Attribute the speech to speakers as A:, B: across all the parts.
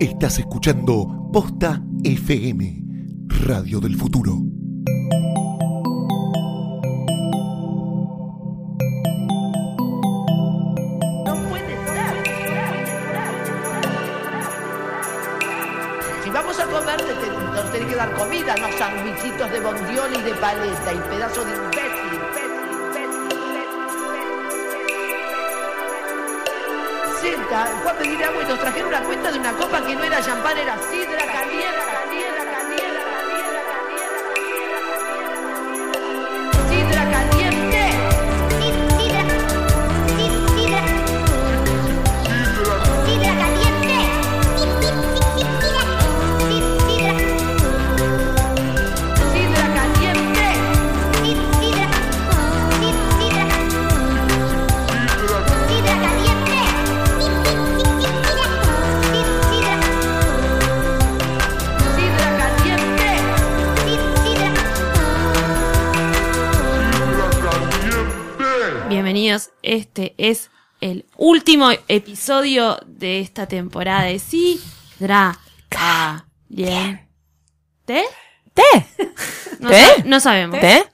A: Estás escuchando Posta FM, Radio del Futuro.
B: No puede ser. Si vamos a comer, te- te- nos tenés que dar comida, no sandwichitos de bondiol y de paleta y pedazo de imbécil. Senta, fue a pedir agua y nos trajeron una cuenta de una copa que no era champán, era sidra caliente, caliente, caliente, caliente, caliente, caliente. Sidra caliente. Sidra caliente. Sidra caliente.
C: Bienvenidos, este es el último episodio de esta temporada de Sidra Caliente.
D: ¿Té?
C: No,
D: ¿Té?
C: sa- no sabemos.
D: ¿Té?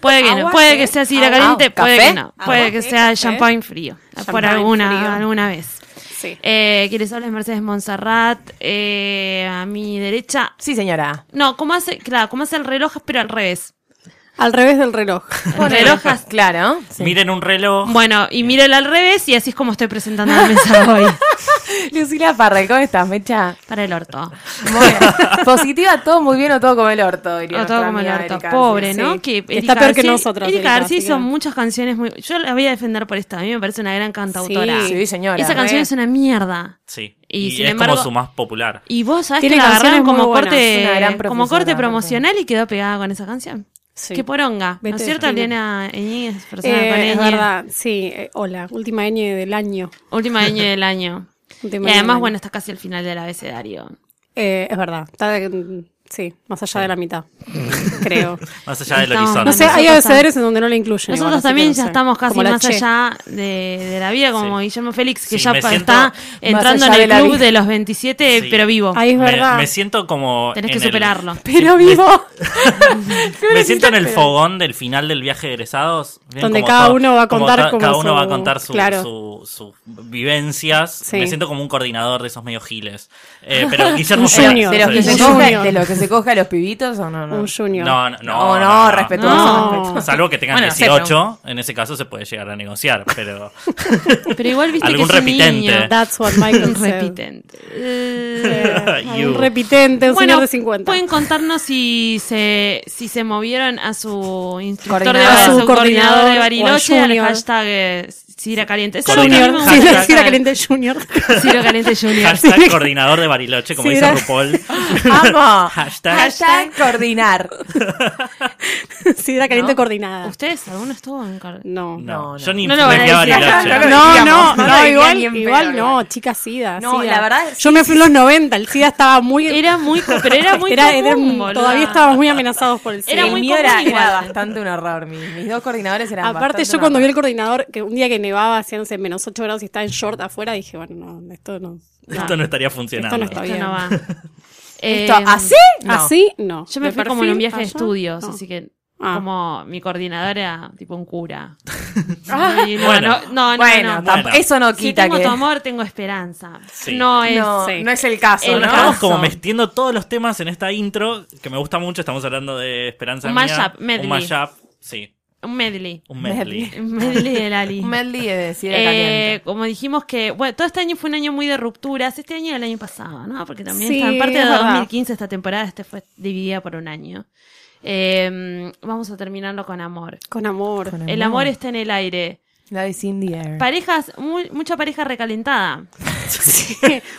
C: Puede que no,
E: Agua,
C: puede
E: té,
C: que sea sidra
D: agua.
C: caliente,
D: Café,
C: puede que no,
D: agua,
C: puede que
E: té,
C: sea
E: café.
C: champagne frío, por
E: Champagne
C: alguna
E: frío.
C: alguna vez.
E: Sí.
C: Eh, ¿Quieres hablar Mercedes Monserrat? Eh, a mi derecha.
D: Sí, señora.
C: No, ¿cómo hace? Claro, ¿cómo hace el reloj? Pero al revés.
E: Al revés del reloj.
C: El reloj hace-
D: Claro. sí.
F: Miren un reloj.
C: Bueno, y mírelo al revés y así es como estoy presentando la mesa hoy.
D: Lucila Parra, ¿cómo estás, Mecha?
C: Para el orto.
D: Muy bien. Positiva, todo muy bien o todo como el orto. diría
C: O
D: nuestra
C: todo como el
D: amiga
C: orto.
D: Erika,
C: Pobre,
D: sí,
C: ¿no?
D: sí.
C: Que
E: Está
C: Erika
E: peor que
C: García-
E: nosotros,
C: Erika
E: Erika,
C: García
E: así
C: hizo
E: que-
C: muchas canciones muy. Yo la voy a defender por esta. A mí me parece una gran cantautora.
E: Sí,
D: Sí, señora.
C: Esa canción
D: Re.
C: es una mierda.
F: Sí.
C: Y
F: Y,
C: sin
F: es
C: embargo-
F: como su más popular.
C: Y vos sabés
E: Tiene
C: que la agarraron
E: canciones muy
C: como
E: buenas,
C: corte,
D: una gran
C: como
D: profesora,
C: corte
D: aparte.
C: promocional y quedó pegada con esa canción.
E: Sí.
C: Qué poronga. ¿No
E: Vete
C: es cierto,
E: de giro.
C: Elena Eñiguez? Persona con
E: Eh, es
C: Eñe.
E: verdad, sí. eh, hola, última ñ del año.
C: Última Eñe del año.
E: Última
C: Y
E: ñ del
C: además,
E: año.
C: bueno, está casi al final del abecedario.
E: Eh, es verdad, está, mm, sí, más allá de la mitad, creo.
F: Más allá del
C: Estamos-
F: horizonte.
E: No sé, hay
C: Nosotros
E: abecederos en donde no lo incluyen.
C: Nosotros
E: igual, así que
C: también
E: no
C: ya
E: sé.
C: estamos casi
E: Como la
C: más
E: che.
C: allá de, de la vida, como
F: Sí.
C: Guillermo Félix, que
F: Sí,
C: ya
F: me
C: pa-
F: siento
C: está
F: más
C: entrando en
D: allá
C: el
D: de la
C: club
D: vida.
C: de los 27,
F: Sí.
C: pero vivo.
E: Ahí es
F: Me-
E: verdad.
F: Me, siento como.
C: Tenés
F: en
C: que
F: el-
C: superarlo.
E: Pero
F: Sí,
E: vivo,
F: Me, me siento en el fogón del final del viaje de egresados. ¿Vieron
E: Donde
F: como
E: cada
F: todo-
E: uno va a
F: como
E: contar
F: ta-
E: como
F: cada uno
E: su-
F: va a contar su-
E: claro.
F: su- sus vivencias.
E: Sí.
F: Me siento como un coordinador de esos medio giles. Eh, pero Guillermo eh,
E: Un
F: Fea-
E: junior.
D: ¿De los, que
E: Un
D: se
F: soy-
E: junior.
D: coge, ¿De los que se coge a los pibitos o no? no?
E: un junior.
F: No, no,
D: No,
F: no.
D: no,
F: no.
D: respetuoso.
E: No.
D: respetuoso.
F: Salvo que tengan
D: Bueno, no sé,
F: 18, en ese caso se puede llegar a negociar, pero
C: Pero igual viste que
F: Algún
C: es un niño.
F: repitente.
E: That's what Michael
C: Un
E: said.
C: repitente. Eh,
E: Un
F: You.
E: repitente, un señor de 50.
C: Pueden contarnos si se, si se movieron a su instructor de
D: Coordinador.
C: a su
E: Su
C: coordinador de
E: coordinador o
C: Bariloche
E: a
C: al
E: Junior.
C: hashtag eh, Cira Caliente. Es
F: Coordinador.
C: algo
E: Junior,
C: mismo,
E: sí,
C: hashtag
E: sí, era caliente Junior.
C: Cira Caliente Junior.
F: hashtag coordinador de Bariloche, como
E: Sí,
F: dice
E: era-
F: RuPaul.
D: ¡Amo!
F: Hashtag-
D: Hashtag coordinar.
E: sí, era caliente
D: ¿No?
E: coordinada.
C: ¿Ustedes alguno estuvo en car-
F: No,
E: No.
D: No, no.
F: yo ni
C: No lo van a
F: fui a
C: decir acá,
D: no
F: Bariloche.
D: lo-
E: No, no,
D: digamos,
E: no,
D: no lo diría ni
E: igual,
D: en
E: igual
D: pedo,
E: no,
D: igual.
E: chicas SIDA.
D: No,
E: sida.
D: la verdad,
E: Yo me fui en los 90, el SIDA estaba muy.
C: Era muy, co- pero era muy
E: era- era-
C: común, boluda.
E: todavía estábamos muy amenazados por el SIDA.
C: Era
D: el
C: muy
D: mío era,
C: común igual.
D: era bastante un error. mi- Mis, dos coordinadores eran
E: Aparte,
D: bastante
E: yo
D: un
E: cuando vi
D: horror.
E: el coordinador, que un día que nevaba, hacía, no sé, menos 8 grados y estaba en short afuera, dije, bueno, no, esto no.
F: Esto no estaría funcionando.
E: Esto no está
C: Esto
E: bien.
C: no va.
D: Esto,
C: Eh,
D: ¿Así? No.
E: Así, no.
C: Yo me
E: De
C: fui como en un
E: perfil,
C: viaje de
E: allá,
C: estudios,
E: no.
C: así que
E: Ah.
C: como mi coordinadora era tipo un cura. Y no,
F: Bueno.
C: no, no, no,
D: Bueno,
C: no.
D: tamp-
F: Bueno.
D: eso no
C: Si
D: quita
C: tengo
D: que.
C: tu amor, tengo esperanza.
F: Sí.
C: No es.
D: No,
E: Sí.
D: no es el caso,
C: El
F: Bueno,
D: ¿no?
F: estamos como
C: Eso.
F: metiendo todos los temas en esta intro, que me gusta mucho. Estamos hablando de Esperanza
C: Un
F: Mía.
C: mashup, medley.
F: Un mashup, sí.
C: Un medley.
F: Un medley.
C: Un medley de Lali.
D: Un medley de decir
C: Eh,
D: caliente.
C: como dijimos que, bueno, todo este año fue un año muy de rupturas, este año y el año pasado, ¿no? Porque también
E: Sí,
C: está en parte
E: es
C: de
E: verdad.
C: 2015, esta temporada, este fue dividida por un año. Eh, vamos a terminarlo con amor.
E: Con amor.
D: Con
C: El amor está en el aire.
D: Love is in the air.
C: Parejas, mu- mucha pareja recalentada.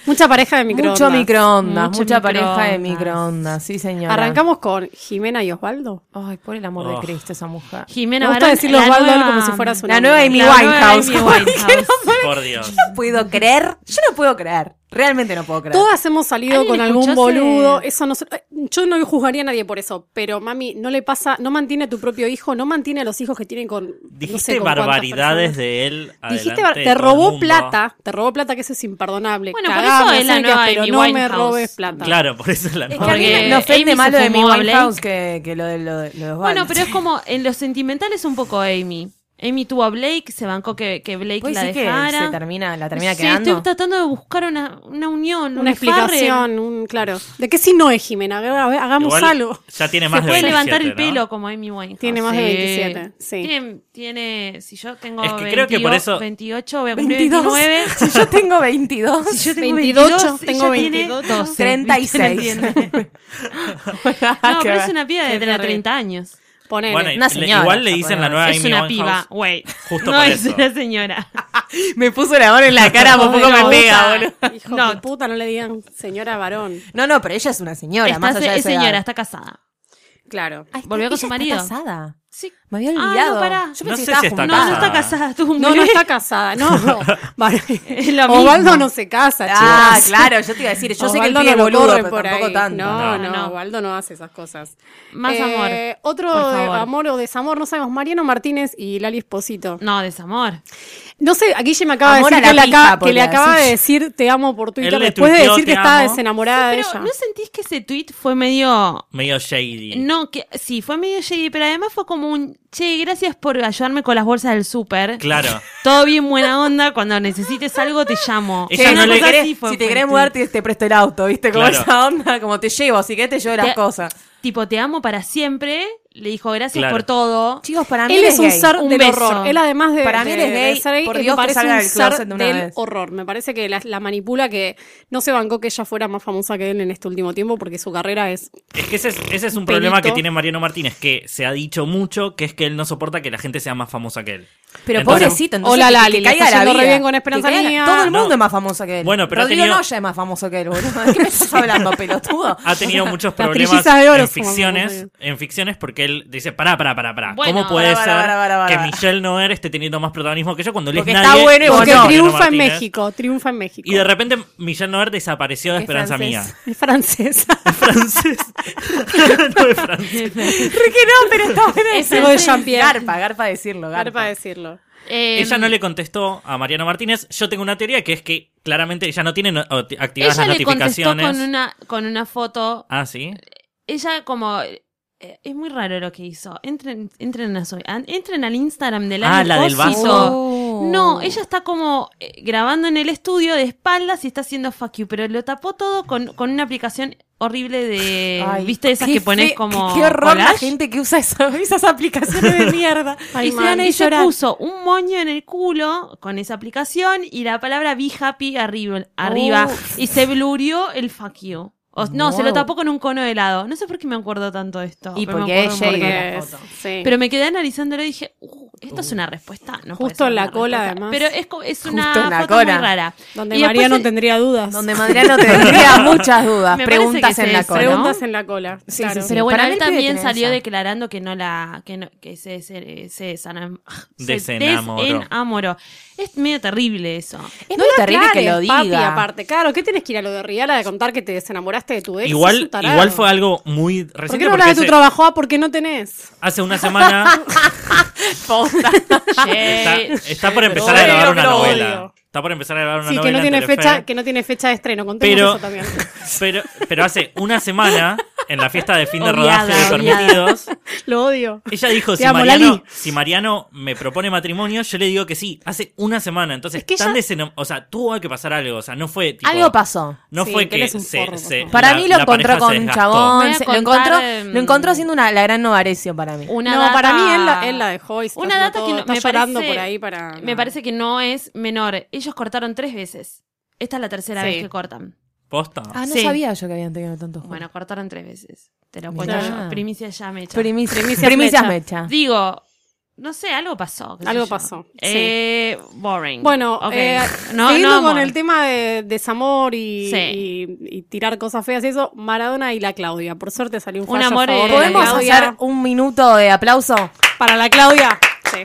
E: Mucha pareja de microondas.
D: Mucho microondas,
C: Mucho
D: mucha pareja
C: microondas.
D: de microondas, sí señora.
E: Arrancamos con Jimena y Osvaldo.
D: Ay, por el amor de
F: Oh.
D: Cristo esa mujer.
C: Jimena
E: Me gusta
C: Barón,
E: decirle
C: la
E: Osvaldo
C: nueva-
E: como si fuera su
D: La
E: nombre.
D: nueva Amy
C: La nueva
D: Winehouse.
C: Amy
D: como dije,
C: Winehouse.
D: no
F: por Dios.
D: No puedo creer. Yo no puedo creer. Realmente no puedo creer.
E: Todas hemos salido
C: ¿Alguien
E: con algún
C: escuchase?
E: boludo. Eso no, se- eh, yo no juzgaría a nadie por eso, pero mami, no le pasa, no mantiene a tu propio hijo, no mantiene a los hijos que tienen con. no
F: Dijiste
E: sé, con cuántas
F: barbaridades
E: personas.
F: de él.
E: Dijiste,
F: adelante
E: bar-
F: de
E: te
F: todo el
E: robó
F: mundo.
E: plata, te robó plata, que eso es imperdonable.
C: Bueno, por
E: Cagá,
C: eso
E: me
C: es la
E: cerca,
C: nueva
E: pero
C: Amy
E: no me
C: Winehouse.
E: robes plata.
F: Claro, por eso es la
D: Es que
F: novia.
D: a mí
C: Porque
D: me, me ofende
C: Amy
D: más
C: se
D: lo de mi
C: fumó a Blake.
D: Winehouse que, que lo de, lo de, lo de Osvaldo.
C: Bueno, pero es como, en lo sentimental es un poco Amy. Amy tuvo a Blake, se bancó que, que Blake
D: ¿Puede
C: la
D: decir que se
C: dejara.
D: termina, la termina
C: sí,
D: quedando?
C: estoy tratando de buscar una, una unión,
E: Una
C: un farre.
E: explicación, un claro. ¿De qué si no es Jimena? A ver, Hagamos
F: Igual Ah,
E: algo.
F: Ya tiene
C: Se
F: más de
C: puede
F: 27,
C: levantar el
F: ¿no?
C: pelo como Amy Winehouse.
E: Tiene más de
C: Sí.
E: 27, sí.
C: Tiene, tiene- si yo tengo
F: Es que creo que
C: 22,
F: por eso-
C: 28, voy a cumplir
D: 22.
C: 29.
D: Si yo tengo 22.
C: Si yo tengo
E: 28,
C: 22,
E: tengo
C: ella
E: 22.
C: Tiene 12,
D: 36.
C: ¿viste? No, entiende. No, pero es una piba
E: Ah, Qué
C: de tener
E: terrible.
C: 30 años.
E: Ponele.
F: Bueno, y-
D: Una
F: le-
D: señora,
F: igual le
D: ya
F: dicen
D: podemos.
F: la nueva
C: es
F: Ah, Amy
C: una
F: Winehouse.
C: piba, güey.
F: Justo
C: No
F: por
C: es
F: eso.
C: una señora.
D: Me puso la mano en la cara, por poco me
C: Bueno,
D: pega,
C: puta.
D: boludo.
E: Hijo
C: No.
E: de puta, no le digan señora varón.
D: No, no, pero ella es una señora,
C: Está-
D: más allá de
C: es
D: su edad.
C: señora, está casada.
E: Claro.
D: Ay, está-
C: volvió con su
D: ella
C: marido.
D: Está casada.
C: Sí.
D: Me había
C: Ah, no,
D: olvidado.
C: pará.
D: Yo pensé
F: No
D: que
F: sé
D: estaba
F: si está
C: No,
D: juntada.
C: no está casada, tuvo un
E: No, no
C: bebé.
E: está casada, no. Vale.
C: lo mismo.
E: Osvaldo no se casa,
D: Ah,
E: chicas.
D: claro, yo te iba a decir, yo sé que el
E: Osvaldo
D: pibe es
E: no
D: boludo,
E: corre
D: pero tampoco
E: ahí.
D: tanto.
C: No,
E: No, no,
C: no.
E: Osvaldo no hace esas cosas.
C: Más
E: Eh, Otro
C: por
E: de
C: favor.
E: amor o desamor, no sabemos, Mariano Martínez y Lali Esposito.
C: amor. No, desamor.
E: No sé, aquí me acaba
D: Amor
E: de
D: a
E: decir que,
D: la
E: le acaba-
D: pija,
E: que le
D: podría
E: acaba de
D: decir.
E: decir te amo por Twitter
F: le
E: después de
F: tuiteó,
E: decir que
F: "Te
E: está
F: amo".
E: desenamorada
C: Pero,
E: de ella.
C: ¿no sentís que ese tweet fue medio...
F: Medio shady.
C: No, que sí, fue medio shady, pero además fue como un... Che, gracias por ayudarme con las bolsas del súper.
F: Claro.
C: Todo bien buena onda, cuando necesites algo te llamo. Una
F: Ella
D: si,
F: no
D: te
F: le-
C: cosa
D: querés,
C: así fue-
D: si te
C: fue
D: querés
C: el tweet.
D: mudar, te, te presto el auto, ¿viste? Como
F: Claro.
D: esa onda, como te llevo, si querés te llevo las
C: Te-
D: cosas.
C: Tipo, te amo para siempre. Le dijo, gracias
F: Claro.
C: por todo.
D: Chicos, para mí
E: Él
D: él
E: es un
D: gay.
E: ser
C: Un
E: del
C: beso.
E: horror. Él además de,
D: Para mí
E: de-
D: él es
E: de
D: gay,
E: ser eh,
D: por
E: me
D: Dios que
E: parece
D: salga
E: un
D: del
E: ser
D: closet de una
E: del
D: vez.
E: horror. Me parece que la, la manipula que no se bancó que ella fuera más famosa que él en este último tiempo porque su carrera es
F: Es que ese es, ese es un
E: Pelito.
F: problema que tiene Mariano Martínez, que se ha dicho mucho, que es que él no soporta que la gente sea más famosa que él.
D: Pero
F: Entonces,
D: pobrecito, entonces
E: Hola,
D: que-
E: Lali,
D: que
E: le
D: caiga
E: está
D: la
E: yendo re
D: vida.
E: bien con Esperanza
D: Que caiga-
E: Lía.
D: Todo el
F: No.
D: mundo es más famoso que él.
F: Bueno, pero ha
D: Rodrigo
F: tenido-
D: Noya es más famoso que él, boludo. ¿De ¿Qué me estás hablando, pelotudo?
F: Ha tenido muchos
E: Las
F: problemas
E: trillizas de oro
F: en
E: somos,
F: ficciones,
E: somos
F: en ficciones porque él dice, pará, pará, pará, pará.
C: Bueno,
F: ¿Cómo puede
D: pará,
F: ser
D: pará, pará, pará,
F: que
D: pará.
F: Michelle Noer esté teniendo más protagonismo que yo cuando él es
D: Porque
F: nadie?
D: está bueno y
F: Yo
D: vos
E: porque
F: soy
D: no.
F: Mariano
E: triunfa en
F: Martínez.
E: México, triunfa en México.
F: Y de repente Michelle Noer desapareció de
D: Es
F: Esperanza
D: francés.
F: Mía.
E: es francesa.
F: francés. no es francés.
D: Re que no, pero está bueno
C: Es
D: decirlo.
C: francés.
D: Garpa, garpa decirlo, garpa.
E: para decirlo.
C: Eh,
F: Ella no le contestó a Mariano Martínez. Yo tengo una teoría que es que claramente ella no tiene no- o- activadas
C: ella
F: las
C: le contestó
F: notificaciones.
C: con una, con una foto.
F: Ah, sí.
C: Ella como... eh, Es muy raro lo que hizo. Entren, entren, a su- an- entren al Instagram de la
F: Ah, la del vaso.
D: Oh.
C: No, ella está como eh, grabando en el estudio de espaldas y está haciendo fuck you, pero lo tapó todo con, con una aplicación horrible de...
D: Ay,
C: eh, ¿Viste esas
D: qué
C: que pones
D: fe-
C: como...
D: Qué horror la
C: collage?
D: gente que usa eso- esas aplicaciones de mierda.
E: Ay,
D: y se
E: man.
D: van a
C: Y se
D: llorar.
C: puso un moño en el culo con esa aplicación y la palabra be happy arriba. arriba Y se blurió el fuck you. O- no, se lo
D: Oh. Wow.
C: tapó con un cono de helado. No sé por qué me acuerdo tanto de esto.
D: Y
C: pero me
D: porque
C: acuerdo
D: es
C: un montón.
D: Jade.
E: Porque
D: la
E: es-
D: foto.
E: sí.
C: Pero me quedé analizándolo y dije, uh, esto es una respuesta. No puede
E: Justo
C: ser
E: en la
C: una
E: cola,
C: respuesta.
E: además.
C: Pero es, co- es una
D: Justo en la
C: foto
D: cola.
C: muy rara.
E: donde
C: Y después
E: Mariano
C: el-
E: tendría dudas.
D: Donde Madriano tendría muchas dudas.
C: Me parece
D: Preguntas
C: que es
D: en la
C: eso,
D: cola.
C: ¿no?
E: preguntas en la cola.
D: Sí,
E: claro.
D: sí, sí.
C: Pero bueno,
D: Para
C: él
D: mí el pibe
C: también
D: tiene
C: salió
D: esa.
C: declarando que no la. que, no- que se, se, se desenam- se
F: Desenamoró.
C: desenamoró. Es medio terrible eso.
D: Es
E: No
D: muy
E: lo
D: terrible que lo
E: aclares,
D: diga.
E: Papi, aparte, claro, ¿qué tenés que ir a lo de Rihanna de contar que te desenamoraste de tu ex? Es
F: Igual,
E: un tarado.
F: igual fue algo muy reciente.
E: ¿Por qué no
F: porque
E: hablas de tu
F: hace-
E: trabajo? Ah, porque no tenés.
F: Hace una semana está,
E: Eh,
F: está por empezar a
E: Odio,
F: grabar una
E: pero
F: novela.
E: odio.
F: Está por empezar a grabar una
E: sí,
F: novela.
E: que no
F: en
E: tiene
F: Telefe.
E: fecha, que no tiene fecha de estreno. Contemos
F: Pero,
E: eso también.
F: pero, pero hace una semana, en la fiesta de fin de
C: Odiada,
F: rodaje de
C: odiada.
F: Permitidos,
E: Lo odio.
F: ella dijo,
E: Te
F: si
E: amo,
F: Mariano,
E: Lali.
F: si Mariano me propone matrimonio, yo le digo que sí. Hace una semana, entonces,
E: Es que
F: tan
E: ella-
F: desenom- O sea, tuvo que pasar algo, o sea, no fue... tipo-
D: Algo pasó.
F: No
E: Sí,
F: fue
E: que
F: que
E: él es un
F: se-
E: forro,
F: se-
E: por favor.
D: Para
F: la-
D: mí lo
F: la
D: encontró
F: pareja se
D: con un
F: desgastó.
C: Voy a
D: chabón. se- lo,
C: contar,
D: encontró,
C: em,
D: lo encontró haciendo una, la gran Novarecio para mí.
C: Una
E: no,
C: data-
E: para mí él la, él la dejó y se
C: Una
E: trasnocó,
C: data que no-
E: está
C: me
E: llorando
C: parece-
E: por ahí para...
C: Me parece que no es menor. Ellos cortaron tres veces. Esta es la tercera
E: Sí.
C: vez que cortan.
F: Posta.
D: Ah, no
C: Sí.
D: sabía yo que habían tenido tantos
C: Bueno,
D: juegos.
C: cortaron tres veces. Te lo
D: Mirá.
C: cuento yo. Primicia ya me
D: Primicia-
E: Primicias
D: primicias,
E: mecha.
D: mecha.
C: Digo, no sé, algo pasó. qué sé
E: Algo
C: yo.
E: pasó, sí.
C: Eh, Boring.
E: Bueno,
C: Ok.
E: eh,
C: no,
E: siguiendo
C: no,
E: con
C: amor.
E: el tema de desamor y,
C: Sí.
E: y- y tirar cosas feas y eso, Maradona y la Claudia. Por suerte salió un
C: Un
E: fallo a
C: amor,
E: favor
C: eh,
E: de la
D: ¿Podemos
E: Claudia.
D: hacer un minuto de aplauso?
E: Para la Claudia. Sí.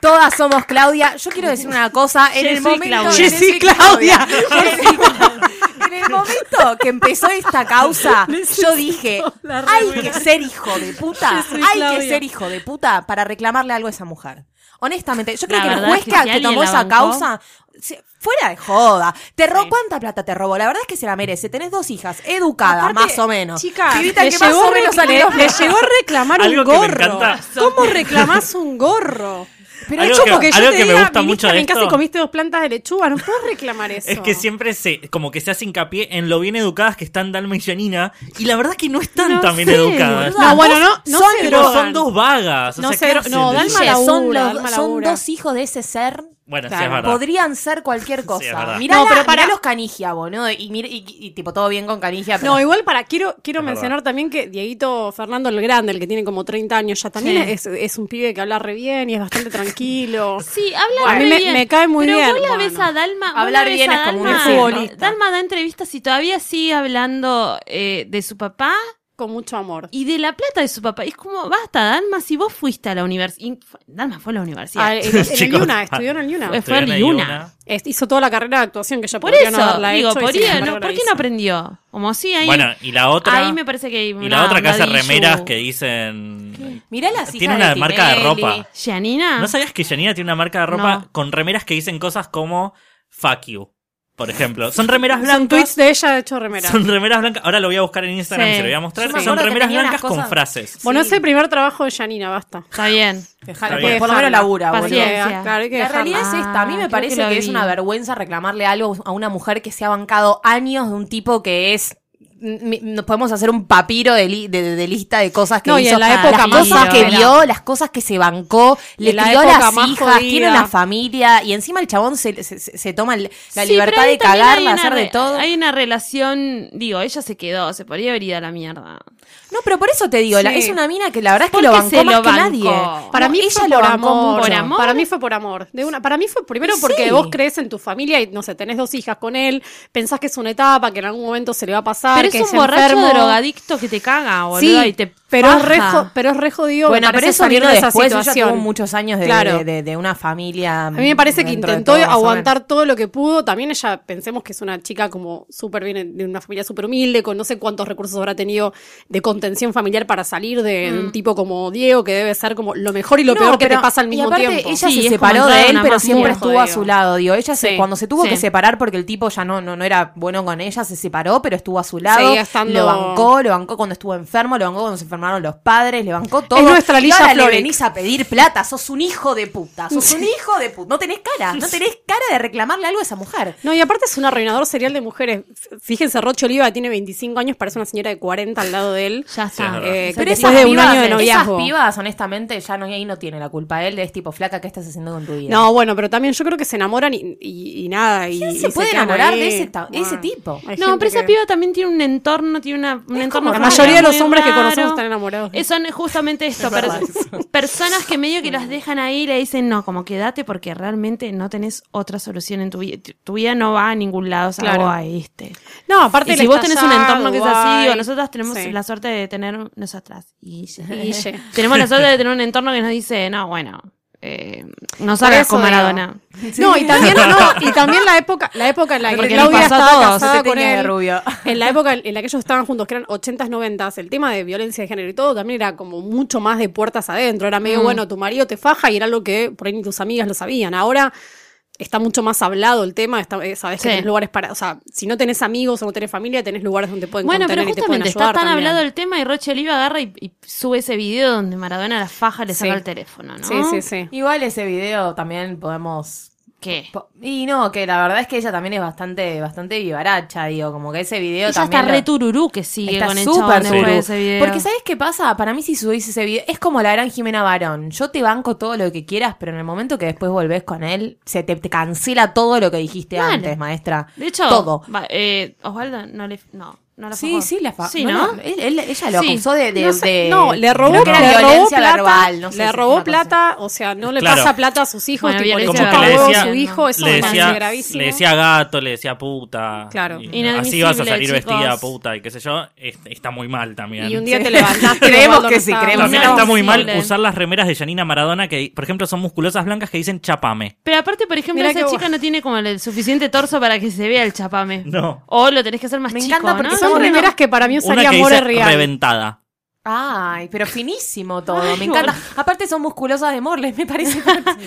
D: Todas somos Claudia. Yo quiero decir una cosa. En el
C: Yo soy
D: momento.
C: Claudia.
D: Yo
G: Yo
D: soy
G: soy Claudia.
D: En el momento que empezó esta causa, yo dije,
E: la
D: hay
E: remera.
D: que ser hijo de puta,
E: Yo soy
D: hay que
E: Claudia.
D: ser hijo de puta para reclamarle algo a esa mujer. Honestamente, yo creo
C: La
D: que el
C: verdad
D: juez
C: es que
D: que,
C: si
D: que
C: alguien
D: tomó
C: la
D: esa
C: bancó-
D: causa, se- fuera de joda, te robó
C: Sí.
D: cuánta plata te robó, la verdad es que se la merece, tenés dos hijas, educadas
E: Aparte,
D: más o menos.
E: Chica,
D: Pibita
E: le
D: que más
E: llegó
D: o menos
E: recla-
D: sale dos
E: le
D: meses.
E: llegó a reclamar
F: Algo
E: un
F: que me
E: gorro.
F: encanta.
E: ¿Cómo reclamás un gorro? Pero
F: Algo
E: yo
F: que-
E: porque yo
F: algo
E: te
F: que me
E: diga,
F: gusta mucho
E: "Viniste
F: de
E: a mi casa
F: esto".
E: y comiste dos plantas de lechuga, no puedo reclamar eso.
F: Es que siempre se, como que se hace hincapié en lo bien educadas que están Dalma y Janina, y la verdad es que no están
C: No
F: tan bien
C: sé,
F: educadas.
D: boluda.
E: No, Ah, bueno, no,
D: Vos
E: no
D: son
E: se
F: Tipo,
E: drogan.
F: son dos vagas. o
E: No
F: sea,
E: sé,
F: ¿qué
E: no,
F: hacen?
E: Dalma
F: Dice-
E: la-
D: Oye, son,
E: labura,
D: los-
E: alma
D: son
E: labura.
D: dos hijos de ese ser.
F: Bueno, sí,
E: Claro,
F: es verdad.
D: Podrían ser cualquier
F: Sí, es
D: cosa.
F: verdad.
D: mirá
E: No,
D: la-
E: pero pará.
D: mirá los canigia, boludo. Y, mir- y- y tipo todo bien con canigia. pero-
E: No, igual para, quiero, quiero
F: Es
E: mencionar también que Dieguito Fernando el Grande, el que tiene como 30 años ya también,
C: Sí.
E: es, es un pibe que habla re bien y es bastante tranquilo.
C: Sí, habla
E: Bueno, a
C: re
E: mí me-
C: bien.
E: me cae muy
C: pero
E: bien,
C: vos la ves
E: bueno.
C: a Dalma. vos
D: Hablar
C: la ves
D: bien
C: a
D: es como un
C: Dalma-
E: futbolista.
C: Dalma da entrevistas y todavía sigue hablando eh, de su papá
E: Con mucho amor.
C: y de la plata de su papá. Y es como, basta, Dalma, si vos fuiste a la universidad. Dalma fue a la
E: Ah,
C: universidad.
E: en, en el
F: Chicos.
E: Yuna, estudió en el Yuna.
C: Fue
F: Estoy en
C: Yuna.
F: Yuna.
E: Es- hizo toda la carrera de actuación que yo
C: por
E: podría no
C: eso,
E: haberla
C: digo,
E: hecho. y sin
C: podría,
E: embargo
C: no,
E: la
C: ¿por qué no
E: hizo.
C: aprendió? Como si ahí.
F: Bueno, y la otra.
C: ahí me parece que.
F: y la otra que hace remeras que dicen.
D: Mirá las
F: Tiene
D: hijas
F: una
D: de
F: marca de
D: Tinelli.
F: ropa.
C: Janina.
F: ¿No sabías que Janina tiene una marca de ropa
C: Ah. No.
F: con remeras que dicen cosas como fuck you? Por ejemplo. Son remeras
E: Son
F: blancas.
E: tweets de ella hecho remera.
F: Son remeras blancas. Ahora lo voy a buscar en Instagram
C: Sí.
F: y se lo voy a
D: Yo
F: mostrar.
D: me
F: Son
D: acuerdo que
F: remeras
D: tenía unas
F: blancas con
D: cosas-
F: frases.
E: Bueno,
D: Sí.
E: es el primer trabajo de Yanina, basta.
C: Está bien.
D: Dejala,
F: Está
D: por-
F: bien.
D: por lo menos labura, boludo.
C: Paciencia.
E: Claro, hay que
D: La
E: dejarla.
D: realidad es esta. A mí
C: Ah,
D: me
C: creo
D: parece
C: que lo
D: que, es
C: vi.
D: una vergüenza reclamarle algo a una mujer que se ha bancado años de un tipo que es. m- Nos podemos hacer un papiro de, li- de- de lista de cosas que
E: No, y
D: hizo.
E: en la época
D: las
C: más
D: cosas que
C: jodida.
D: vio, las cosas que se bancó, le
E: En la
D: crió a
E: época
D: las
E: más
D: hijas,
E: jodida.
D: tiene una familia y encima el chabón se, se- se- se toma el- la
C: Sí, pero
D: libertad
C: ahí
D: de
C: también hay
D: cagarla,
C: una
D: hacer de
C: re-
D: todo.
C: Hay una relación, digo, ella se quedó, se podría haber ido a la mierda.
D: No, pero por eso te digo, la-
E: Sí.
D: es una mina que la verdad es que
C: Porque
D: lo bancó
C: se
D: más
C: lo
D: que
C: bancó.
D: nadie.
E: Para
D: No,
E: mí
D: ella
E: fue
D: lo
E: por
D: bancó
E: amor.
D: mucho.
C: Por amor.
E: Para mí fue por amor. De una, para mí fue primero
D: Sí.
E: porque vos crees en tu familia y no sé, tenés dos hijas con él, pensás que es una etapa, que en algún momento se le va a pasar,
C: Pero
E: Ah, que
C: es un
E: se
C: borracho
E: enfermo.
C: drogadicto que te caga,
E: Sí,
C: boludo, y te
E: pero es,
C: baja.
E: re, jo- pero es re jodido. me
D: Bueno, pero
E: parece,
D: eso
E: salir
D: vino
E: de esa
D: después, ella
E: situación.
D: tuvo muchos años de,
E: Claro.
D: de- de- de una familia.
E: A mí me parece que
D: dentro de
E: intentó
D: todo, más o
E: aguantar todo lo que pudo. También ella, pensemos que es una chica como súper bien, de una familia súper humilde, con no sé cuántos recursos habrá tenido de contención familiar para salir de, de un tipo como Diego, que debe ser como lo mejor y lo
D: Mm. No,
E: peor que
D: pero-
E: te pasa al
D: y
E: mismo
D: aparte,
E: tiempo.
D: Ella
C: Sí,
D: se
C: es como
D: separó
C: entrar
D: de
C: en
D: él,
C: una
D: pero
C: mafia,
D: siempre estuvo a
E: jodido.
D: su lado. Digo, ella se,
E: Sí,
D: cuando se tuvo
C: sí.
D: que separar porque el tipo ya no, no, no era bueno con ella, se separó, pero estuvo a su lado.
E: Seguía estando-
D: Lo bancó, lo bancó cuando estuvo enfermo, lo bancó cuando se enfermaron los padres, le bancó todo.
E: nuestra
D: Y
E: Lisa
D: ahora le
E: Florek.
D: venís a pedir plata, sos un hijo de puta, sos un hijo de puta. No tenés cara, no tenés cara de reclamarle algo a esa mujer.
E: No, y aparte es un arruinador serial de mujeres. F- Fíjense, Roche Oliva tiene 25 años, parece una señora de 40 al lado de él.
C: Ya está.
F: verdad.
E: Eh,
D: Pero
E: después
D: esas
E: de un
D: pibas,
E: año de
D: esas
E: noviazgo.
D: pibas, honestamente, ya no, ahí no tiene la culpa. Él es tipo, flaca, ¿qué estás haciendo con tu vida?
E: No, bueno, pero también yo creo que se enamoran y, y- y nada. Y,
D: ¿Quién
E: y
D: se puede
E: quedan
D: enamorar
E: ahí.
D: de ese, ta-
E: Bueno,
D: ese tipo?
E: hay
C: No,
E: gente
C: pero esa
E: que-
C: piba también tiene un entorno, tiene una, un entorno
E: La
C: familiar
E: mayoría de los
C: muy
E: hombres que conocemos
C: raro.
E: están enamorados. de
C: Eh, Son justamente esto, per- personas que medio que
E: Mm.
C: las dejan ahí y le dicen, no, como quédate porque realmente no tenés otra solución en tu vida. Tu- Tu vida no va a ningún lado, salvo
E: Claro.
C: a este.
E: No, aparte
C: Y
E: él
C: si vos
E: está
C: tenés
E: allá,
C: un entorno que es así,
E: Dubái.
C: digo, nosotras tenemos
E: Sí.
C: la suerte de tener nosotras. Y
E: Guille.
C: tenemos la suerte de tener un entorno que nos dice, no, bueno, eh, no
E: Por
C: salgas
E: eso
C: con
E: digo.
C: Maradona.
E: No, y también, no, y también la época, la época en la que
D: Porque le
E: Claudia
D: pasó a
E: estaba
D: todos,
E: casada
D: siete
E: con
D: teñas de
E: él,
D: rubio.
E: en la época en la que ellos estaban juntos, que eran 80s, 90s, el tema de violencia de género y todo también era como mucho más de puertas adentro. Era medio, bueno, tu marido te faja y era algo que por ahí ni tus amigas lo sabían. Ahora está mucho más hablado el tema, está, eh, sabes
C: Sí.
E: que tenés lugares para, o sea, si no tenés amigos o no tenés familia, tenés lugares donde pueden
C: Bueno, pero
E: contener y te pueden
C: justamente está
E: ayudar
C: tan
E: también.
C: hablado el tema y Roche Oliva agarra y, y sube ese video donde Maradona a la faja le saca
E: Sí.
C: el teléfono, ¿no?
E: Sí, sí, sí.
D: Igual ese video también podemos...
C: ¿Qué?
D: po- Y no, que la verdad es que ella también es bastante bastante vivaracha, digo, como que ese video
C: Ella está
D: también... lo-
C: re tururú que sigue
D: está
C: con el
D: súper
C: chabón después
D: tururú.
C: de ese video.
D: Porque ¿sabes qué pasa? Para mí si subís ese video, es como la gran Jimena Barón. Yo te banco todo lo que quieras, pero en el momento que después volvés con él, se te, te cancela todo lo que dijiste
C: Mal.
D: antes, maestra.
C: De hecho,
D: Todo.
C: va- eh, Osvaldo no le... No. No la
D: Sí,
C: fajó.
D: sí, la fa-
C: Sí,
D: no,
C: ¿no?
D: no, él- él- ella lo
C: Sí.
D: acusó de, de-
E: No, sé,
D: de-
E: no, le robó,
D: creo que era
E: le robó
D: violencia
E: plata,
D: verbal, no sé,
E: le
D: es
E: robó
D: una cosa.
E: plata, o sea, no le
F: Claro.
E: pasa plata a sus hijos,
C: Bueno,
E: tipo, le
C: violencia
E: chupa
F: verbal.
E: huevo a
F: Como
E: su
F: que le
E: hijo,
F: le
E: eso me parece
F: decía,
E: gravísimo.
F: le decía gato, le decía puta.
E: Claro.
F: Y así vas a
C: Inadmisible,
F: salir vestida
C: chicos.
F: puta y qué sé yo. es- está muy mal también.
E: y un día
D: Sí.
E: te levantaste.
D: Creemos
E: Osvaldo
D: que
E: no
D: sí,
E: estaba.
D: creemos
F: También
C: no,
F: está muy mal
C: horrible.
F: usar las remeras de Janina Maradona que, por ejemplo, son musculosas blancas que dicen chapame.
C: Pero aparte, por ejemplo,
E: Mirá
C: esa
E: qué
C: chica no tiene como el suficiente torso para que se vea el chapame.
F: No.
C: O lo tenés que hacer más
D: Me
C: chico,
D: encanta porque
C: ¿no?
E: Son
D: Una-
E: remeras que para mí
F: Una
E: usaría
F: que
E: More
F: dice
E: Real.
F: reventada.
D: Ay, pero finísimo todo,
C: Ay,
D: me encanta.
C: boludo.
D: Aparte son musculosas de Morles, me parece.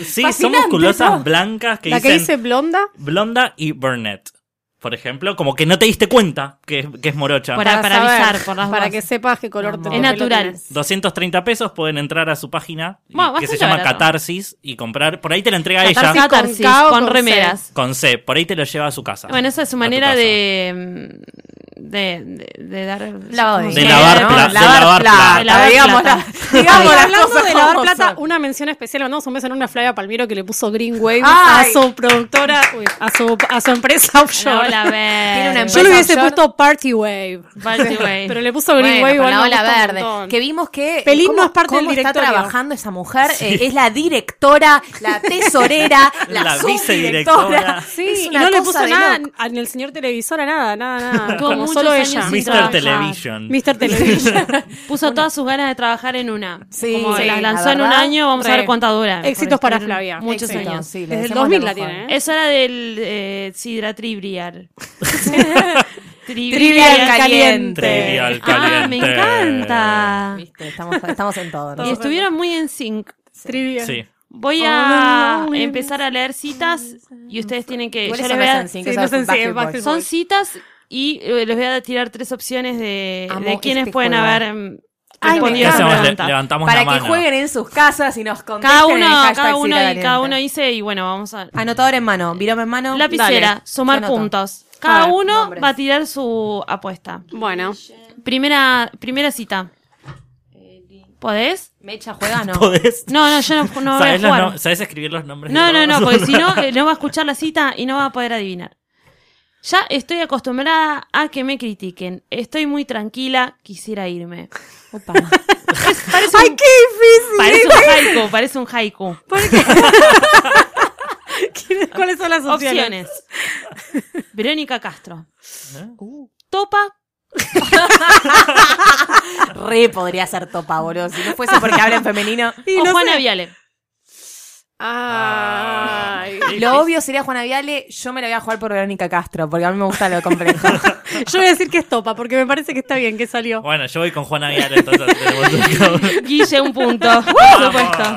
F: Sí, son
D: fascinante,
F: musculosas
D: ¿no?
F: blancas que
E: La que
F: dicen
E: dice blonda,
F: blonda y burnette. Por ejemplo, como que no te diste cuenta que, es- que es morocha.
C: Por- Para- para
E: saber,
C: avisar, por las
E: Para
C: dudas.
E: que sepas qué color
D: Vamos.
E: te-
D: Es
E: qué pelo
C: natural.
E: tenés.
F: 230 pesos pueden entrar a su página y-
C: Bueno,
F: que se
C: bastante
F: llama
C: barato.
F: Catarsis y comprar. Por ahí te la entrega
C: Catarsis,
F: ella
C: catarsis,
E: Con K o
C: con,
E: con C.
C: remeras.
F: con C. Por ahí te lo lleva a su casa.
C: Bueno, esa es su
F: A tu
C: manera
F: casa.
C: de, mm, de, de- de dar...
D: Lavado de
C: ¿cómo se
F: De
C: llama?
F: lavar plata, de lavar plata.
D: digamos, la- digamos
E: Digamos,
D: las
E: hablando
D: cosas
E: de lavar
D: como
E: plata,
D: son.
E: una mención especial. Mandamos un beso en una Flavia Palmiero que le puso Green Wave a
D: Ay.
E: su productora, uy, a, su, a su empresa
C: No,
E: offshore.
C: la ver.
D: Tiene una
E: Yo le hubiese
D: Offshore.
E: puesto Party Wave.
C: Party Wave.
E: Pero le puso Green
D: Eh, Bueno,
E: Wave
D: con
E: igual
D: la ola
E: me gusta un
D: verde.
E: montón.
D: Que vimos que. eh,
E: Pelín
D: cómo-
E: no es parte del
D: cómo está
E: directorio.
D: trabajando esa mujer. eh, es la directora, la tesorera, la,
F: La vicedirectora.
D: vicedirectora.
E: Sí,
D: Es
E: y
D: una
E: no le
D: cosa
E: puso
D: de
E: nada
D: loco.
E: en el señor televisor a nada, nada, nada.
C: Tuvo
E: Como
C: muchos
E: solo
C: años
E: ella.
C: sin
F: Mr.
C: trabajar.
F: Television.
E: Mr. Television.
C: Puso todas sus ganas de trabajar en una.
D: Sí,
C: Como
D: sí,
C: las
D: la
C: lanzó en un
D: verdad,
C: año, vamos a
D: re.
C: ver cuánta dura.
E: Éxitos
C: Porque
E: para
C: estuvieron
E: Flavia.
C: Muchos
D: Éxito,
C: años.
D: sí, le
E: Desde el
D: deseamos
E: 2000
D: lo
E: la
D: mejor.
E: tiene, ¿eh?
C: Eso era del eh, Sidra Tribrial.
D: Trivial caliente.
F: Trivial
C: Ah, me
F: caliente.
C: encanta.
D: Viste, estamos, estamos en todo.
C: Y
D: nosotros.
C: estuvieron muy en sync.
E: Trivia.
F: Sí.
C: Voy a empezar a leer citas y ustedes tienen que.
D: ¿Cuáles
C: Eh, yo les
D: son
C: voy
D: las
C: a-
D: Unseen?
E: sí,
D: ¿Qué
E: las
D: son?
E: Unseen,
D: Backstreet Boys.
E: Backstreet
C: son citas y eh, les voy a tirar tres opciones de,
D: Amo
C: de quiénes
D: este
C: pueden
D: juego.
C: haber mm,
F: ¿Qué
E: Ay, me
C: respondido a esa
E: encanta.
F: hacemos? Le-
C: pregunta.
F: levantamos
D: Para
F: la
D: que
F: mano.
D: jueguen en sus casas y nos contesten.
C: Cada
D: en el
C: uno,
D: hashtag
C: cada uno,
D: Sidra
C: y cada uno
D: Caliente.
C: dice, y bueno, vamos a.
D: Anotador en mano, virome en mano.
C: Lapicera,
D: Dale.
C: sumar
D: Yo anoto.
C: puntos. Cada
E: A ver,
C: uno
D: nombres.
C: va a tirar su apuesta.
E: Bueno,
C: Primera, primera cita. ¿Podés?
D: Mecha juega, no.
F: ¿Podés?
C: No, no, yo no, no voy a
F: ¿Sabés, los
C: jugar.
F: nom- sabés escribir los nombres? de
C: No, no,
F: todos?
C: no, porque si no, eh, no va a escuchar la cita y no va a poder adivinar. Ya estoy acostumbrada a que me critiquen. Estoy muy tranquila, quisiera irme.
D: Opa.
C: Parece un, parece un haiku, parece un haiku.
E: ¿cuáles son las opciones?
C: Opciones. Verónica Castro.
F: ¿Eh?
C: Topa.
D: Re podría ser topa, boludo. Si no fuese porque habla en femenino.
E: Y
C: o
E: no
C: Juana
E: sé.
C: Viale.
E: Ay.
F: Ah,
D: Lo obvio sería Juana Viale, yo me la voy a jugar por Verónica Castro, porque a mí me gusta lo complejo.
E: Yo voy a decir que es topa, porque me parece que está bien que salió.
F: Bueno, yo voy con Juana Vial, entonces. tenemos un-
C: Guille, un punto. Por supuesto.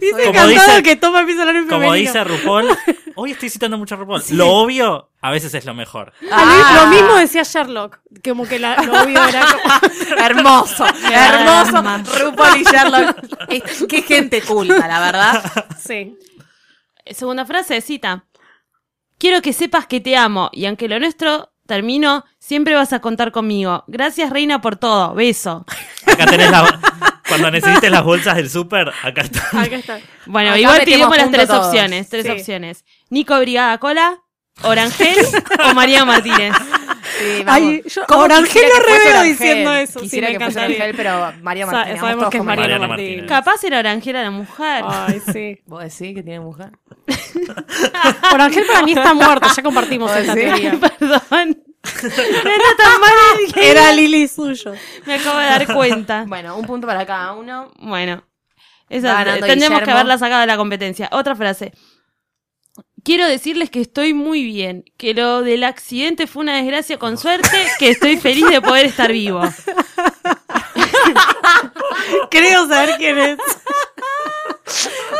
E: Dice
F: Como
E: encantado
F: dice-
E: que topa empieza a hablar en femenino.
F: Como dice RuPaul, hoy estoy citando mucho a RuPaul. Lo obvio a veces es lo mejor.
E: A mí
D: Ah.
E: Lo mismo decía Sherlock, como que la, lo obvio era como...
D: hermoso,
C: ama.
D: hermoso. RuPaul y Sherlock. Es- Qué gente culta, la verdad.
E: Sí.
C: Segunda frase, cita. Quiero que sepas que te amo y aunque lo nuestro termino, siempre vas a contar conmigo. Gracias, reina, por todo. Beso.
F: Acá tenés la. Cuando necesites las bolsas del súper, acá está.
E: Acá está.
C: Bueno,
D: Acá
C: igual
D: metemos
C: tenemos las
D: punto
C: tres
D: todos.
C: opciones. Tres
E: Sí.
C: opciones. Nico Brigada Cola, Orangel o María Martínez.
D: Sí,
E: Ay, yo-
D: ¿Cómo
E: Orangel
D: quisiera que
E: lo
D: fuese
E: reveo
D: Orangel?
E: diciendo eso, sí,
D: Quisiera
E: me
D: que fuese
E: encantaría.
D: Orangel, pero María
E: Sa-
D: Martínez.
E: sabemos
D: vamos
E: que
D: todos
E: es
D: con
E: Mariana,
F: Mariana
E: Martínez.
F: Martínez.
C: Capaz era Orangel a la mujer.
E: Ay, sí.
D: ¿Vos decís que tiene mujer?
E: Por Ángel para mí está muerto, ya compartimos
D: Ay,
E: esta
D: sí.
E: teoría.
C: Perdón. No era tan mal el que
E: Era Lili suyo.
C: me acabo de dar cuenta.
D: Bueno, un punto para cada uno.
C: Bueno,
D: Va
C: esa,
D: ganando
C: tendríamos que
D: Guillermo.
C: haberla sacado de la competencia. Otra frase. Quiero decirles que estoy muy bien, que lo del accidente fue una desgracia con suerte, que estoy feliz de poder estar vivo.
E: Creo saber quién es.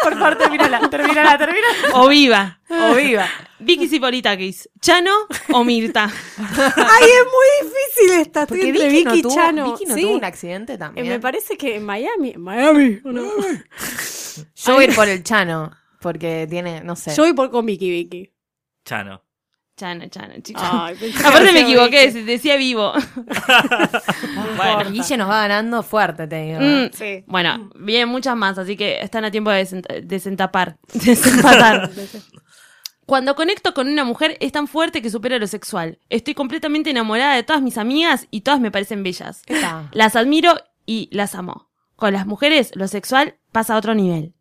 D: Por favor, terminala, terminala, terminala.
C: O viva.
D: O viva.
C: Vicky Sipolitakis, Chano o Mirta.
E: Ay, es muy difícil esta. Estoy
D: Porque
E: entre
D: Vicky,
E: Vicky,
D: no tuvo,
E: Chano.
D: Vicky no
E: Sí.
D: tuvo un accidente también.
E: Eh, me parece que en Miami. en Miami. ¿o no?
D: Yo voy a ir por el Chano, porque tiene, no sé.
E: Yo voy por con Vicky Vicky.
F: Chano.
C: Chano, Chano, chicos.
E: Ay, pensé que
C: Ah. Aparte
E: era
C: me
E: Vicky.
C: equivoqué, se decía vivo.
D: Bueno, Guille nos va ganando fuerte, te digo.
C: Mm,
E: Sí.
C: Bueno, vienen muchas más, así que están a tiempo de desen- desentapar, desempatar. Cuando conecto con una mujer es tan fuerte que supera lo sexual. Estoy completamente enamorada de todas mis amigas y todas me parecen bellas.
D: Está.
C: Las admiro y las amo. Con las mujeres, lo sexual pasa a otro nivel.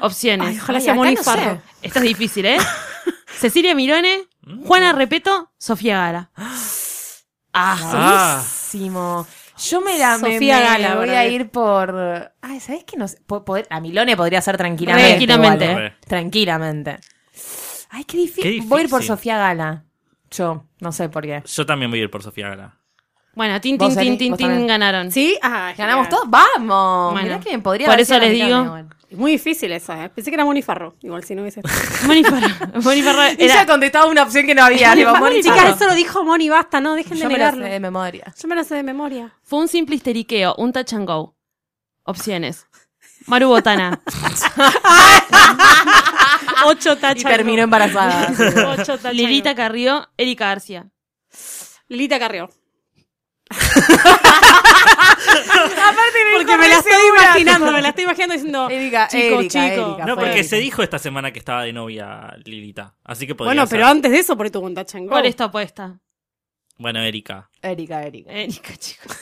C: Opciones.
E: Ay, ojalá
D: Ay,
E: sea
D: acá
E: Moni
D: no
E: Farro.
D: sé.
C: Esto es difícil, ¿eh? Cecilia Mirone,
E: Mm.
C: Juana Repeto, Sofía Gara. Ah,
F: Ah.
D: Buenísimo. Yo me la me-
E: Sofía
D: me
E: Gala,
D: voy
E: para
D: a
E: mí.
D: ir por. Ay, ¿sabés qué? No sé, po- poder- a Milone podría ser tranquilamente.
C: Tranquilamente.
D: igual.
F: Re.
D: Tranquilamente. Ay, qué, difí-
F: Qué difícil.
D: Voy a ir por Sofía Gala. Yo, no sé por qué.
F: Yo también voy a ir por Sofía Gala.
C: bueno, tin,
D: Vos,
C: tin, tin,
D: Eli,
C: tin,
D: vos
C: tin,
D: también.
C: ganaron.
E: ¿Sí? Ah,
D: ¿Ganamos
E: genial.
D: todos? ¡Vamos!
C: Bueno,
D: Mirá que bien, podría
C: por
D: haber
C: eso
D: sido la
C: les
D: mitad,
C: digo.
D: pero bueno.
E: Muy difícil esa, ¿eh? Pensé que era Moni Farro. Igual si no hubiese.
C: Moni Farro- Moni Farro era-
D: Ella contestaba una opción que no había. le digo, Moni,
E: Chicas,
D: chicas,
E: eso lo dijo Moni, basta, no, dejen de
D: yo me la sé
E: negarlo.
D: de memoria.
E: Yo me lo sé de memoria.
C: Fue un simple histeriqueo, un touch and go. Opciones. Maru Botana. Ocho touch
D: Y
C: and
D: terminó
C: go.
D: embarazada.
C: Lilita Carrió, Erika García.
E: Lilita Carrió.
D: Aparte,
E: Porque me la estoy imaginando, me la estoy imaginando diciendo.
D: Erika,
E: Chico,
D: Erika,
E: chico.
D: Erika,
F: No,
D: fue
F: porque
D: Erika.
F: se dijo esta semana que estaba de novia Lilita. Así que podría
E: Bueno,
F: ser.
E: pero antes de eso, por tu cuenta, Chango.
C: ¿Cuál es tu apuesta?
F: Bueno, Erika.
D: Erika, Erika.
C: Erika, chicos.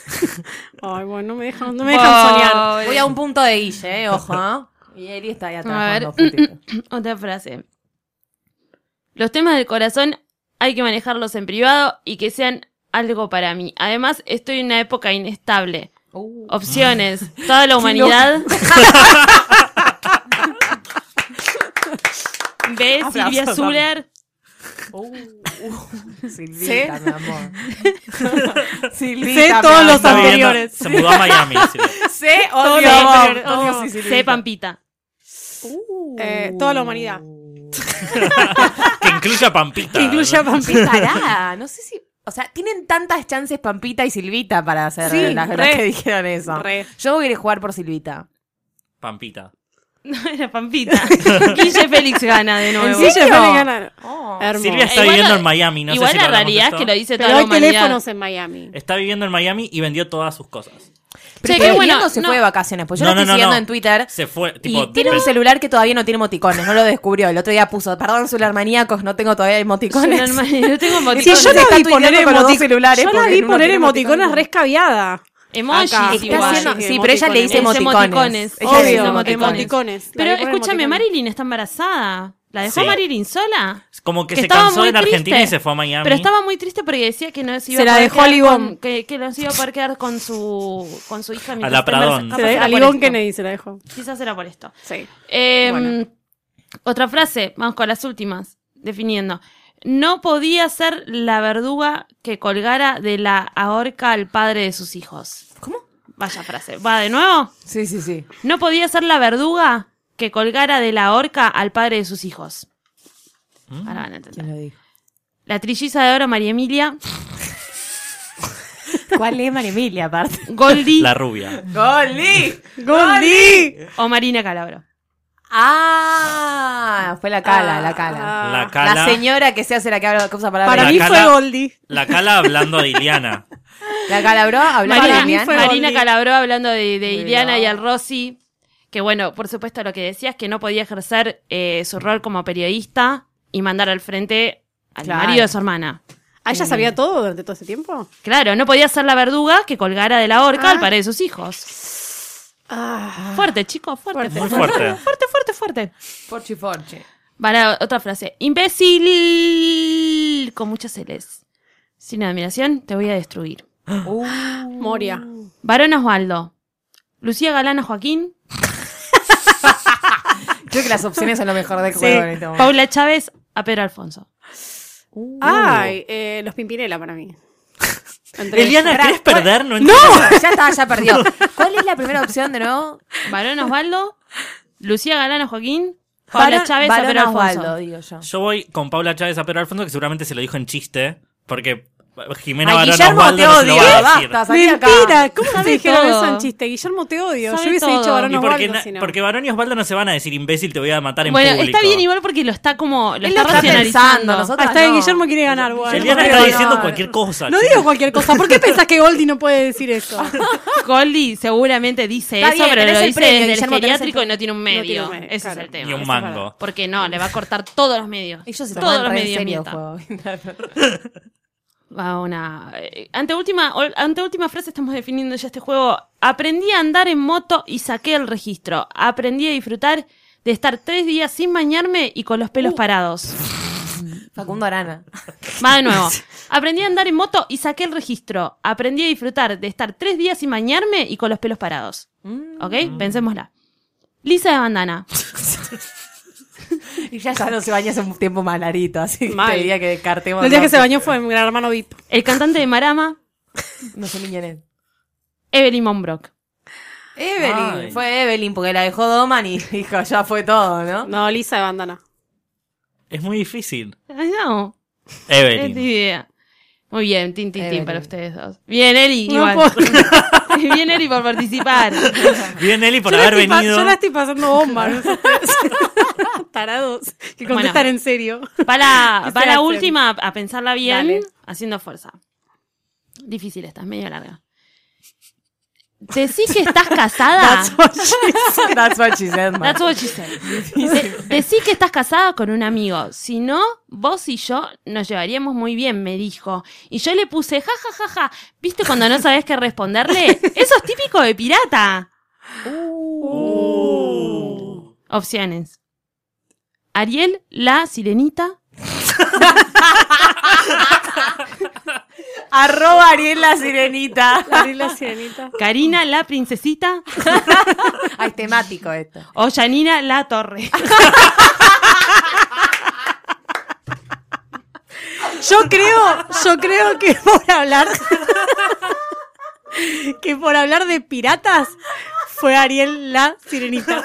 E: Ay, bueno, no me dejan, no me dejan soñar.
D: Voy a un punto de Guille, eh, ojo. ¿eh? Y Eri está ahí atrás.
C: A ver.
D: con dos puntitos.
C: Otra frase. Los temas del corazón hay que manejarlos en privado y que sean algo para mí. Además, estoy en una época inestable.
D: Uh.
C: Opciones. Toda la humanidad. B. Silvia
D: Aplausos,
C: Zuller.
D: Uh, uh, Silvita, mi amor. Silvita,
E: Sé
D: mi
E: todos los
F: Está
D: amor.
F: viviendo-
E: anteriores.
F: Se mudó a Miami. sí.
D: Sé,
E: Todos
D: odio,
E: los
D: amor.
E: anteriores.
D: Odio,
E: Todos.
D: sí, Silvita.
C: C. Pampita.
E: Eh, toda la humanidad.
F: Que incluya a Pampita.
E: Que incluya a
D: Qué
E: Pampita.
D: tarada, No sé si. O sea, tienen tantas chances Pampita y Silvita para hacer
E: Sí,
D: las, las
E: re.
D: que dijeron eso.
E: Re.
D: Yo voy a ir a jugar por Silvita.
F: Pampita.
C: No, era Pampita. Guille Félix gana de nuevo.
E: Sí, ya
D: serio?
E: me ganaron.
D: Eh,
E: Hermoso.
F: Silvia está
C: Igual
F: viviendo
C: la-
F: en Miami. No
C: Igual
F: sé si
C: la
F: lo hablamos
C: realidad es
F: esto.
C: que lo dice toda
E: Pero
C: la
E: hay
C: humanidad.
E: teléfonos en Miami.
F: Está viviendo en Miami y vendió todas sus cosas.
D: Pero
C: Che,
D: qué
C: qué bueno,
D: bueno. Se
C: no.
D: fue de vacaciones. Pues yo
F: No,
D: la estoy
F: no, no,
D: siguiendo
F: no.
D: en Twitter.
F: Se fue, tipo,
D: Y tiene un celular que todavía no tiene emoticones, no lo descubrió. El otro día puso, perdón, celular maníacos, no tengo todavía emoticones.
C: Yo no- yo tengo
E: Si
C: emoticones.
E: yo la
D: está
E: vi
D: tuiteando
E: poner
D: con los dos
E: emoticones.
D: celulares
E: Yo la
D: porque
E: vi
D: uno
E: poner
D: tiene
E: emoticones
D: emoticones.
E: re escabiada.
C: Emojis
E: Acá.
D: Está
C: igual.
D: haciendo-
E: Sí,
D: sí, pero ella le dice
C: emoticones.
D: emoticones.
C: Es emoticones.
D: Ella le dice
E: Obvio,
D: emoticones.
E: emoticones. La
C: Pero
E: vi poner
C: escúchame,
E: emoticones.
C: Marilyn está embarazada. ¿La dejó
F: Sí.
C: Marilyn sola?
F: Como que,
C: Que
F: se
C: estaba
F: cansó
C: muy
F: de la Argentina y
C: triste.
F: se fue a Miami.
C: Pero estaba muy triste porque decía que no se iba
E: Se
C: a
E: la
C: poder
E: dejó
C: quedar
E: a Libón.
C: con- que, que no se iba a poder quedar con su, con su hija. mientras
F: la
C: está
F: Pradón.
C: embarazada.
E: Se
C: Capaz
E: la-
C: era
E: A
C: por
E: Libón
C: esto.
E: Kennedy se la dejó.
C: Quizás era por esto.
E: Sí.
C: Eh,
E: Bueno.
C: Otra frase, vamos con las últimas, definiendo. No podía ser la verduga que colgara de la ahorca al padre de sus hijos.
D: ¿Cómo?
C: Vaya frase. ¿Va de nuevo?
D: Sí, sí, sí.
C: No podía ser la verduga que colgara de la horca al padre de sus hijos. Ahora van a
D: ¿Quién
C: entender.
D: lo dijo?
C: La trilliza de oro María Emilia,
D: ¿Cuál es María Emilia, aparte?
C: Goldie
F: La rubia.
D: ¡Goli!
E: ¡Gondi!
C: o Marina Calabro.
D: ¡Ah! Fue la cala, la cala.
E: Ah.
F: La cala.
D: La señora que se hace la que habla cosa para
E: Para
F: La
E: mí
F: Cala-
E: fue Goldi.
F: La cala hablando de Iliana.
D: La calabró, hablaba
E: Para
D: de
E: mí
C: Marina,
D: Mariana.
E: fue
C: Marina
E: Goldie.
C: Calabró hablando de, de
D: Muy
C: Iliana y
D: bien.
C: al Rossi. Que bueno, por supuesto lo que decía es que no podía ejercer eh, su rol como periodista y mandar al frente al
D: Claro.
C: marido de su hermana.
E: ¿Ah, ella sabía todo durante todo este tiempo?
C: Claro, no podía ser la verduga que colgara de la horca
E: Ah.
C: al padre de sus hijos.
E: Ah.
C: Fuerte, chicos, fuerte.
E: Fuerte.
F: Muy fuerte.
C: fuerte, fuerte, fuerte.
D: Forchi, forchi.
C: Para otra frase. Imbécil con muchas L's. Sin admiración, te voy a destruir.
E: Moria.
C: Varón Osvaldo. Lucía Galano Joaquín.
D: Creo que las opciones son lo mejor del juego en este momento.
C: Paula Chávez a Pedro Alfonso.
E: Ay, eh, los Pimpinela para mí. Entre-
F: Eliana,
D: Pará,
F: ¿querés
D: ¿cuál-
F: perder? No,
D: ¡No!
F: entiendo.
D: Ya está, ya perdió. ¿Cuál es la primera opción de nuevo?
C: Varón Osvaldo. Lucía Galano Joaquín. Paula
D: Varón-
C: Chávez a
D: varón
C: Pedro
D: Osvaldo,
C: Alfonso.
D: digo yo.
F: Yo voy con Paula Chávez a Pedro Alfonso, que seguramente se lo dijo en chiste, porque Jimena
D: Ay,
F: Barón
D: Guillermo,
F: Osvaldo
D: te
F: no se lo
D: odio, eh,
F: va a decir.
D: basta, salí acá.
E: Mentira, ¿cómo
C: Sabe
E: te dijeron
C: todo.
E: eso en chiste? Guillermo, te odio.
C: Sabe
E: Yo hubiese
C: todo.
E: dicho varón
F: Y porque,
E: Osvaldo,
F: na-
E: si no.
F: porque Barón y Osvaldo no se van a decir imbécil, te voy a matar en
C: Bueno,
F: público.
C: está bien igual porque lo está como. Lo
D: Él
C: está,
D: lo está
C: racionalizando.
D: pensando, nosotros-
E: Ah, está bien,
D: no.
E: Guillermo quiere ganar, bueno.
F: Eliana
D: no,
F: está
D: no,
F: diciendo
D: no.
F: cualquier cosa.
E: No
F: chicos.
E: digo cualquier cosa. ¿Por qué pensás que Goldie no puede decir eso?
C: Goldie seguramente dice
D: Está
C: eso,
D: bien,
C: pero
D: tenés
C: lo
D: el
C: dice
D: premio,
C: desde el
D: Guillermo, tenés el
C: geriátrico y
D: premio.
C: no tiene un
E: tiene
C: medio.
E: un medio,
C: Ese
E: claro.
C: es el tema.
F: Ni un
E: es
F: mango.
C: Porque no, le va a cortar todos los medios.
D: Ellos se
C: todos
D: toman
C: los
D: re en
C: medios.
D: serio el
C: mienta.
D: juego.
C: Va una. eh, anteúltima, ol- anteúltima frase estamos definiendo ya este juego. Aprendí a andar en moto y saqué el registro. Aprendí a disfrutar de estar tres días sin bañarme y con los pelos parados.
D: Facundo Arana.
C: Va de nuevo. Aprendí a andar en moto y saqué el registro. Aprendí a disfrutar de estar tres días sin bañarme y con los pelos parados. ¿Ok? Pensémosla. Lisa de bandana.
D: Y ya, ya no se baña hace un tiempo malarito, así que
E: Mal.
D: te diría que descartemos.
E: El día que
D: los-
E: se bañó fue en Gran Hermano VIP.
C: El cantante de Marama,
D: No sé ni quién es.
C: Evelyn Monbrock.
D: Evelyn,
F: Ay.
D: fue Evelyn, porque la dejó Doman y dijo, ya fue todo, ¿no?
E: No, Lisa de bandana.
F: Es muy difícil.
C: Ay, no.
F: Evelyn.
C: Esta idea. Muy bien, tin, tin, tin
D: Evelyn.
C: para ustedes dos. Bien, Eli,
E: No
C: igual.
E: puedo.
C: bien, Eli, por participar.
F: Bien, Eli, por
E: yo,
F: haber
E: la estoy pa-
F: venido.
E: yo la estoy pasando bomba. ¿no? Tarados. Que contestan
C: Bueno.
E: en serio.
C: Para,
E: ¿Qué
C: para
E: se
C: la
E: hace?
C: última, a pensarla bien,
E: Dale.
C: haciendo fuerza. Difícil esta, es medio larga. ¿Decís que estás casada?
D: That's what she said. That's what she said, man.
C: That's what she said. De- Decí que estás casada con un amigo. Si no, vos y yo nos llevaríamos muy bien, me dijo. Y yo le puse, ja, ja, ja, ja. ¿Viste cuando no sabes qué responderle? Eso es típico de pirata.
F: Uh.
C: Opciones. Ariel, la sirenita.
D: Arroba Ariel la sirenita.
E: Abrir la sirenita.
C: Karina, la princesita.
D: Ay, temático esto.
C: O Janina, la torre.
D: Ah,
E: Yo creo, yo creo que por hablar. que por hablar de piratas fue Ariel la sirenita.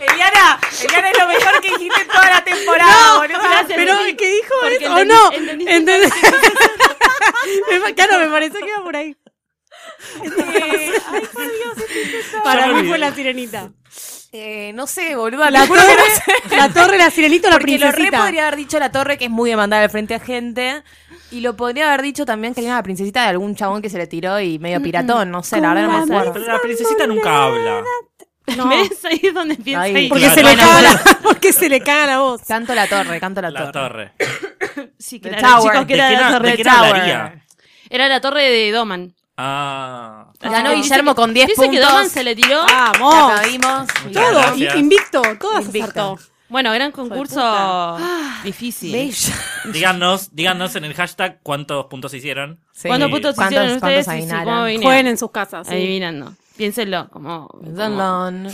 D: Eliana, Eliana es lo mejor que dijiste toda la temporada, boludo.
C: gracias,
E: Pero
C: entendí.
E: el que dijo
C: Porque
E: eso, ¿o
C: entendí-
E: no?
C: entendiste
E: Entendí- Me pa- claro, me pareció que iba por ahí. Para
F: me
E: mí
F: olvidé.
E: fue la sirenita.
D: Eh, no sé, boludo.
E: La
D: La torre.
E: torre, la torre, la sirenita o la
D: Porque lo re
E: princesita.
D: podría haber dicho la torre, que es muy de mandar al frente a gente. Y lo podría haber dicho también que era la princesita de algún chabón que se le tiró y medio piratón. No sé, la verdad no me acuerdo.
F: Pero la princesita nunca habla.
C: ¿Ves? Ahí es donde piensa.
D: Ahí.
C: ir.
E: Porque
F: Claro.
E: se le
F: Bueno,
E: caga la, porque se le caga la voz.
D: Canto la torre, canto la,
F: La
D: torre.
F: torre.
C: Sí,
D: The
C: claro,
D: Tower.
C: chicos, que
F: ¿De
C: era
F: quién
C: la
F: ha-
C: torre.
F: de quién
C: Tower.
F: hablaría?
C: Era la torre de Doman.
F: Ah.
D: Ganó
C: Dice
D: Guillermo
C: que-
D: con 10
C: dice
D: puntos. Ah.
C: que Doman se le tiró.
D: La
E: Vamos.
D: aplaudimos.
F: Muchas
E: Todo,
F: gracias.
E: invicto, todas
D: Invicto.
E: acertó.
C: Bueno, gran concurso difícil.
D: Bella.
F: Díganos, díganos en el hashtag cuántos puntos hicieron.
D: Sí.
C: ¿Cuántos puntos
D: ¿Cuántos-
C: hicieron
D: cuántos
C: ustedes? y sí,
D: adivinaron?
C: cómo vinieron?
E: Jueguen en sus casas. sí.
C: Adivinando. Piénsenlo, como, como,
D: Perdón.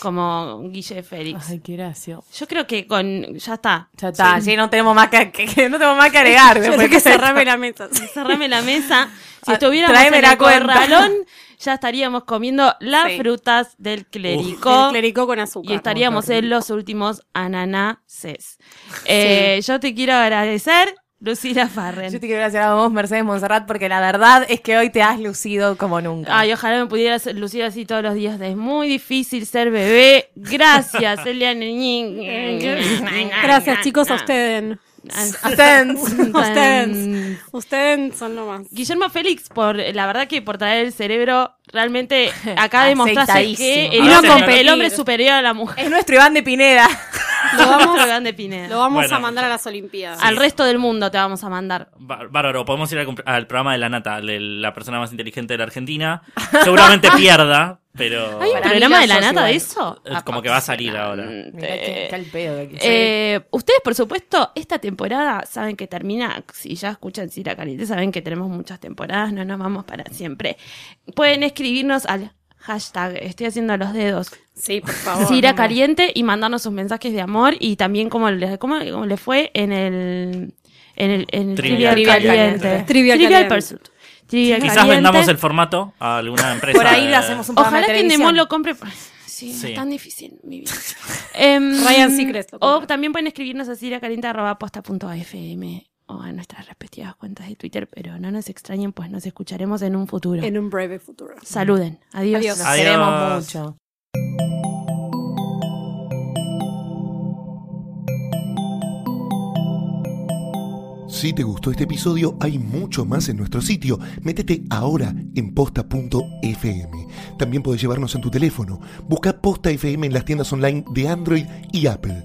C: como Guille Félix.
D: Ay, qué gracia.
C: Yo creo que con. Ya está.
D: Ya está, sí, no tenemos más que, que- que- no tenemos más que agregar.
E: Yo
D: después
E: sé que
D: de esto.
E: cerrame la mesa.
C: Cerrame la mesa. Si
D: Ah,
C: estuviéramos
D: tráeme
C: en
D: la
C: el
D: cuenta.
C: corralón, ya estaríamos comiendo las
E: Sí.
C: frutas del clérigo.
E: El clericó con azúcar.
C: y estaríamos en los últimos ananases. Eh, Yo te quiero agradecer, Lucila Farren.
D: Yo te quiero agradecer a vos, Mercedes Monserrat, porque la verdad es que hoy te has lucido como nunca.
C: Ay, ojalá me pudieras lucir así todos los días. Es muy difícil ser bebé. Gracias, Eliane.
E: Gracias, chicos, a ustedes.
D: Ascens.
E: A ustedes. Ustedes son lo más.
C: Guillermo Félix, por la verdad que por traer el cerebro, realmente acá demostraste que
D: Aceitadísimo.
C: el
F: Vino a
C: hombre,
E: competir.
C: el hombre es superior a la mujer.
D: es nuestro Iván de Pineda.
E: Lo vamos,
C: Nuestro Iván de Pineda.
E: lo vamos
F: Bueno.
E: a mandar a las Olimpiadas.
C: Al resto del mundo te vamos a mandar.
F: Bá- Bárbaro, podemos ir al, cum- al programa de la nata, de la persona más inteligente de la Argentina. Seguramente pierda, pero
C: ¿Hay un
D: Para mí
C: programa
D: ya
C: de la
D: sos
C: nata de
D: igual.
C: eso?
F: es como que va a salir ahora.
D: Mirá qué- qué al pedo que quiso.
C: Eh, ustedes, por supuesto, esta temporada saben que termina, si ya escuchan Cira Caliente, saben que tenemos muchas temporadas, no nos vamos para siempre. Pueden escribirnos al hashtag, estoy haciendo los dedos,
E: Sí, por favor.
C: Cira
E: no.
C: Caliente y mandarnos sus mensajes de amor y también cómo les, cómo, cómo les fue en el, en el, en el
F: Trivial
C: Trivial,
F: Caliente.
C: Caliente.
E: Trivial Caliente.
C: Pursuit. Trivial
F: Quizás
C: Caliente.
F: vendamos el formato a alguna empresa.
D: Por ahí
F: de-
D: le hacemos un programa
C: Ojalá
D: de
C: que
D: televisión.
C: Endemol lo compre. Sí,
F: Sí.
C: es tan difícil mi vida. Em,
E: Ryan Seacrest lo
C: O
E: compra.
C: también pueden escribirnos a siriacaliente.posta.fm o a nuestras respectivas cuentas de Twitter, pero no nos extrañen, pues nos escucharemos en un futuro.
E: En un breve futuro.
C: Saluden.
D: Adiós. Los
F: Adiós.
D: queremos mucho.
A: Si te gustó este episodio, hay mucho más en nuestro sitio. Métete ahora en posta.fm. También puedes llevarnos en tu teléfono. Busca Posta FM en las tiendas online de Android y Apple.